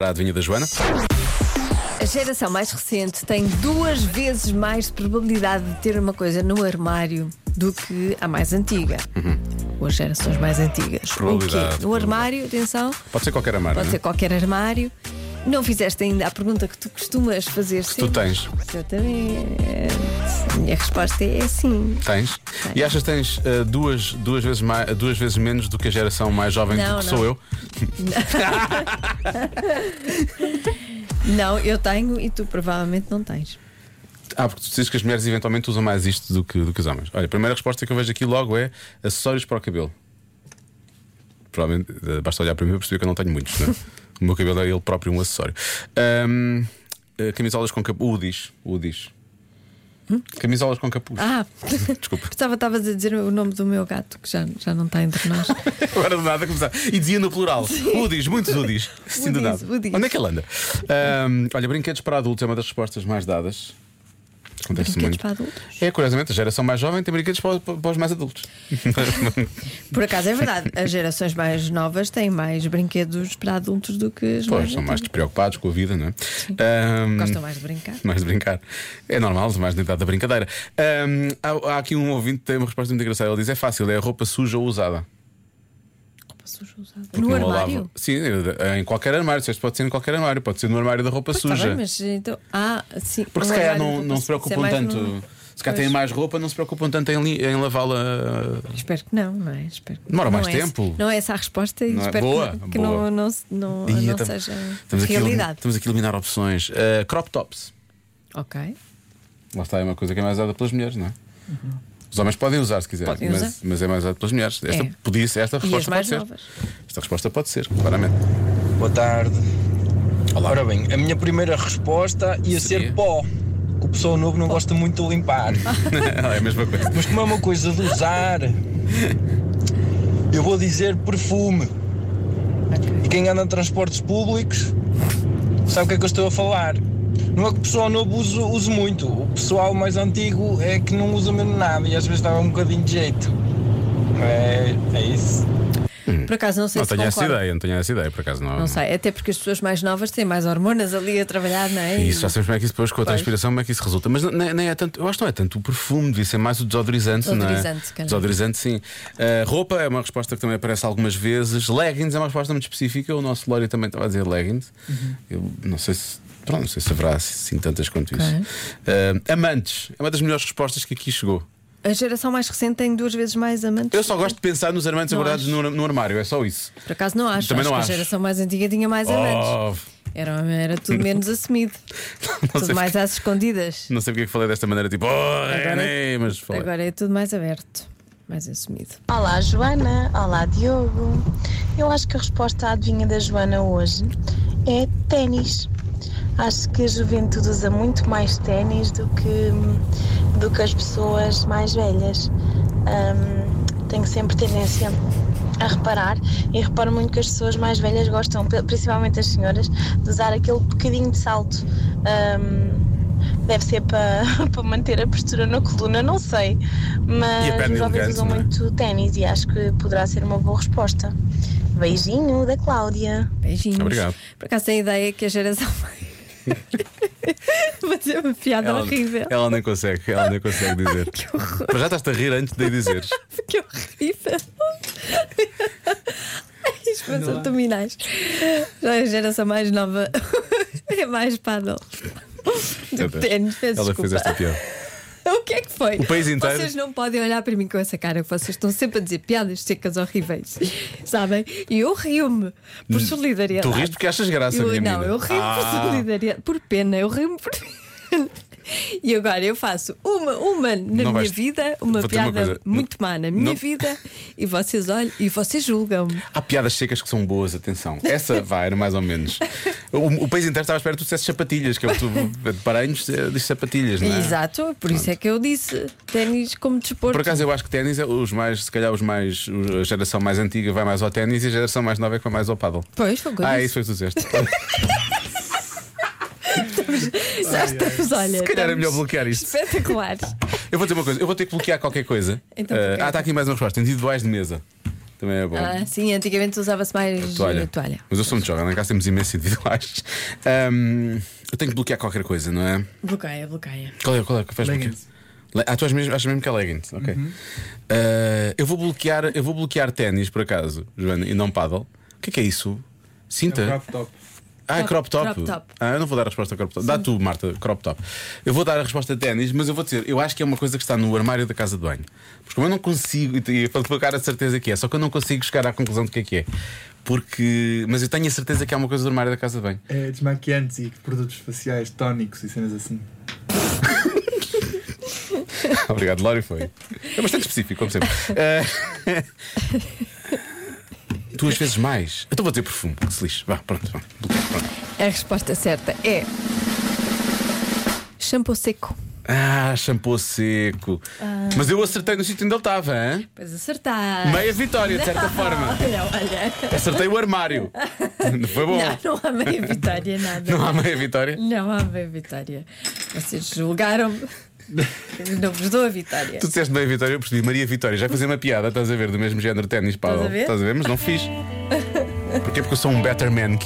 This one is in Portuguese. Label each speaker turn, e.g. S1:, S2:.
S1: Para a adivinha da Joana?
S2: A geração mais recente tem duas vezes mais probabilidade de ter uma coisa no armário do que a mais antiga. Ou as gerações mais antigas. O quê?
S1: Uhum. Probabilidade, Uhum.
S2: No armário, atenção,
S1: Pode ser qualquer armário.
S2: pode ser
S1: não é?
S2: qualquer armário. Não fizeste ainda a pergunta que tu costumas fazer
S1: é? Tu
S2: sempre.
S1: tens.
S2: Exatamente. A minha resposta é sim.
S1: Tens. E achas que tens eh, duas, duas, vezes mais, duas vezes menos do que a geração mais jovem
S2: Não,
S1: do que
S2: não.
S1: sou eu?
S2: Não, eu tenho e tu provavelmente não tens.
S1: Ah, porque tu dizes que as mulheres eventualmente usam mais isto do que, do que os homens. Olha, a primeira resposta que eu vejo aqui logo é acessórios para o cabelo. Provavelmente, eh, basta olhar para mim para perceber que eu não tenho muitos, não é? O meu cabelo é ele próprio um acessório. Ahm, eh, camisolas com capuz. Udis. Udis.
S2: Hum?
S1: Camisolas com capuz.
S2: Ah,
S1: Desculpa.
S2: estava estavas a dizer o nome do meu gato, que já, já não está entre nós.
S1: Agora do nada começar. E dizia no plural. Udis, muitos Udis. Sim, do
S2: Udis,
S1: nada.
S2: Udis.
S1: Onde é que ele anda? Ahm, olha, brinquedos para adultos é uma das respostas mais dadas. Acontece
S2: Brinquedos
S1: muito.
S2: para adultos? É
S1: É, curiosamente, a geração mais jovem tem brinquedos para, para os mais adultos.
S2: Por acaso é verdade, as gerações mais novas têm mais brinquedos para adultos do que as
S1: pois,
S2: mais.
S1: são Hum. mais
S2: antigas.
S1: preocupados com a vida, não é? Ahm,
S2: Gostam mais de brincar.
S1: mais de brincar. É normal, mais na idade da brincadeira. Ahm, há, há aqui um ouvinte que tem uma resposta muito engraçada. Ele diz: é fácil, é roupa suja ou usada.
S2: Roupa suja usada.
S1: Porque
S2: No
S1: não a
S2: armário?
S1: lavam. Sim, em qualquer armário. Disseste, Pode ser em qualquer armário, pode ser no armário da roupa
S2: Pois, tá
S1: suja.
S2: bem, mas então. Ah, sim.
S1: Porque
S2: no
S1: se calhar
S2: armário
S1: não,
S2: da
S1: não
S2: roupa
S1: se preocupam
S2: suja, é mais
S1: tanto.
S2: no-
S1: Se calhar têm
S2: Pois.
S1: mais roupa, não se preocupam tanto em, li- em lavá-la.
S2: Espero que não, não é? Espero que...
S1: Demora
S2: não
S1: mais
S2: é essa-
S1: tempo.
S2: não é essa a resposta e
S1: Não é?
S2: espero
S1: Boa,
S2: que, que
S1: boa.
S2: não, não, se- não,
S1: Ih,
S2: não
S1: é tam-
S2: seja
S1: estamos aqui um- a elim-
S2: realidade.
S1: estamos aqui a eliminar opções. Ah, crop tops.
S2: Ok.
S1: Lá está, é uma coisa que é mais usada pelas mulheres, não é? Os homens podem usar se quiserem,
S2: Uhum. Podem usar.
S1: mas, mas é mais usado pelas mulheres. Esta,
S2: É.
S1: podia ser, esta
S2: E as
S1: resposta pode
S2: mais
S1: ser.
S2: novas.
S1: Esta resposta pode ser, claramente.
S3: Boa tarde.
S1: Olá.
S3: Ora bem, a minha primeira resposta ia
S1: Seria?
S3: ser pó, que o pessoal novo não gosta muito de limpar.
S1: é a mesma coisa.
S3: Mas como é uma coisa de usar, eu vou dizer perfume. E quem anda em transportes públicos sabe o que é que eu estou a falar. Não é que o pessoal novo use, use muito, o pessoal mais antigo é que não usa mesmo nada e às vezes dá um bocadinho de jeito. É, é isso.
S2: Por acaso não
S1: Hum.
S2: sei
S1: Não
S2: se
S1: tenho essa
S2: concordo.
S1: ideia, não tenho essa ideia, por acaso não.
S2: Não sei, até porque as pessoas mais novas têm mais hormonas ali a trabalhar, não é?
S1: E Isso, já sabemos como é que isso depois com a
S2: Pois.
S1: transpiração, como é que isso resulta. Mas não- nem, nem é tanto, eu acho que não é tanto o perfume, devia ser mais o desodorizante, não é?
S2: Desodorizante, se calhar.
S1: Desodorizante, sim. Ah, roupa é uma resposta que também aparece algumas vezes. Leggings é uma resposta muito específica. O nosso Lório também estava a dizer leggings.
S2: Uhum.
S1: Eu não sei se. Pronto, não sei se haverá assim tantas quanto isso.
S2: Ok.
S1: Ah, amantes é uma das melhores respostas que aqui chegou.
S2: A geração mais recente tem duas vezes mais amantes.
S1: Eu só gosto de pensar nos amantes
S2: Não
S1: guardados
S2: acho.
S1: no, no armário, é só isso.
S2: Por acaso não acho.
S1: Também
S2: acho
S1: não
S2: que
S1: acho.
S2: a geração mais antiga tinha mais amantes.
S1: Oh,
S2: Era, era tudo menos assumido.
S1: não,
S2: tudo
S1: sei
S2: mais
S1: porque,
S2: às escondidas.
S1: não sei porque é que falei desta maneira, tipo, oh, é, né? mas falei.
S2: Agora é tudo mais aberto, mais assumido.
S4: Olá Joana, olá Diogo. Eu acho que a resposta à adivinha da Joana hoje é ténis. Acho que a juventude usa muito mais ténis do que, do que as pessoas mais velhas. Ahm, tenho sempre tendência a reparar e reparo muito que as pessoas mais velhas gostam, pri- principalmente as senhoras, de usar aquele bocadinho de salto. Ahm, Deve ser para, para manter a postura na coluna, não
S1: E
S4: sei.
S1: a
S4: Mas
S1: perna
S4: os
S1: elegante,
S4: homens usam
S1: não é?
S4: muito ténis e acho que poderá ser uma boa resposta. Beijinho da Cláudia.
S2: Beijinhos.
S1: Obrigado.
S2: Por acaso tem a ideia que a geração mais. Vou dizer uma piada horrível.
S1: ela nem consegue, ela nem consegue dizer.
S2: Que horror.
S1: Mas já estás a rir antes de aí dizeres.
S2: Que horrível. Ai, Os meus abdominais. Já é a geração mais nova é mais paddle. Do que ténis, peço
S1: ela fez
S2: desculpa.
S1: esta piada.
S2: O que é que foi?
S1: O país inteiro.
S2: Vocês não podem olhar para mim com essa cara, que vocês estão sempre a dizer piadas secas horríveis, sabem? E eu rio-me por solidariedade.
S1: Hum, Tu riste porque achas graça,
S2: eu,
S1: minha
S2: Não,
S1: menina.
S2: eu rio-me
S1: Ah.
S2: por solidariedade, por pena, eu rio-me por. E agora eu faço uma, uma na
S1: Não
S2: minha
S1: vais-
S2: vida, uma
S1: Vou ter uma
S2: piada
S1: coisa.
S2: muito má na minha
S1: Não-
S2: vida, e vocês olham e vocês julgam-me.
S1: Há piadas secas que são boas, atenção. Essa vai, era mais ou menos. O, o país inteiro estava à espera que tu dissesse sapatilhas, que é o que tu de Paranhos eh, diz sapatilhas, não é?
S2: Exato, por isso é que eu disse ténis como desporto.
S1: Por acaso eu acho que ténis é os mais, se calhar os mais, a geração mais antiga vai mais ao ténis e a geração mais nova é que vai mais ao paddle.
S2: Pois, foi o que eu
S1: Ah,
S2: disse.
S1: isso foi o que tu disseste.
S2: Já estamos, olha.
S1: Se calhar é melhor
S2: estamos
S1: bloquear isto.
S2: Espetaculares.
S1: Eu vou dizer uma coisa, eu vou ter que bloquear qualquer coisa.
S2: Então,
S1: Eh,
S2: bloqueia.
S1: ah, está aqui mais uma resposta: individuais de mesa. Também é bom.
S2: Ah, sim, antigamente usava-se mais eh, toalha.
S1: Mas eu sou muito jovem, lá em casa temos imensos individuais. Ahm, eu tenho que bloquear qualquer coisa, não é?
S5: Bloqueia, bloqueia.
S1: Qual é, qual é que faz
S5: Leggings.
S1: bloqueio? Le- Ah, tu achas mesmo, achas mesmo que é leggings, ok. Ah, eu vou bloquear, eu vou bloquear ténis por acaso, Joana, e não paddle. O que é que é isso? Cinta?
S6: top.
S1: Ah, crop top.
S2: crop top.
S1: Ah, eu não vou dar a resposta a crop top. Dá tu, Marta, crop top. Eu vou dar a resposta a ténis, mas eu vou dizer, eu acho que é uma coisa que está no armário da casa de banho. Porque como eu não consigo, e e para colocar a certeza que é, só que eu não consigo chegar à conclusão do que é que é. Porque. Mas eu tenho a certeza que é uma coisa do armário da casa de banho.
S6: É, desmaquiantes e produtos faciais, tónicos e cenas assim.
S1: Obrigado, Lório foi. É bastante específico, como sempre. Eh, Duas vezes mais. Eu estou a dizer perfume, que se lixe. Vá, pronto, vá. Pronto.
S2: A resposta certa é. Shampoo seco.
S1: Ah, shampoo seco. Mas eu acertei no sítio onde ele estava, hein?
S2: Pois acertar.
S1: Meia vitória, de certa forma.
S2: Olha, olha.
S1: Acertei o armário. Não foi bom.
S2: Não, não há meia vitória, nada.
S1: Não há meia vitória.
S2: Não há meia vitória. Vocês julgaram-me. Não vos dou a vitória.
S1: Tu disseste meia vitória, eu percebi Maria Vitória. Já fazia uma piada, estás a ver, do mesmo género ténis, Paulo.
S2: a ver?
S1: Estás a ver, mas não fiz. Porquê? Porque eu sou um better man que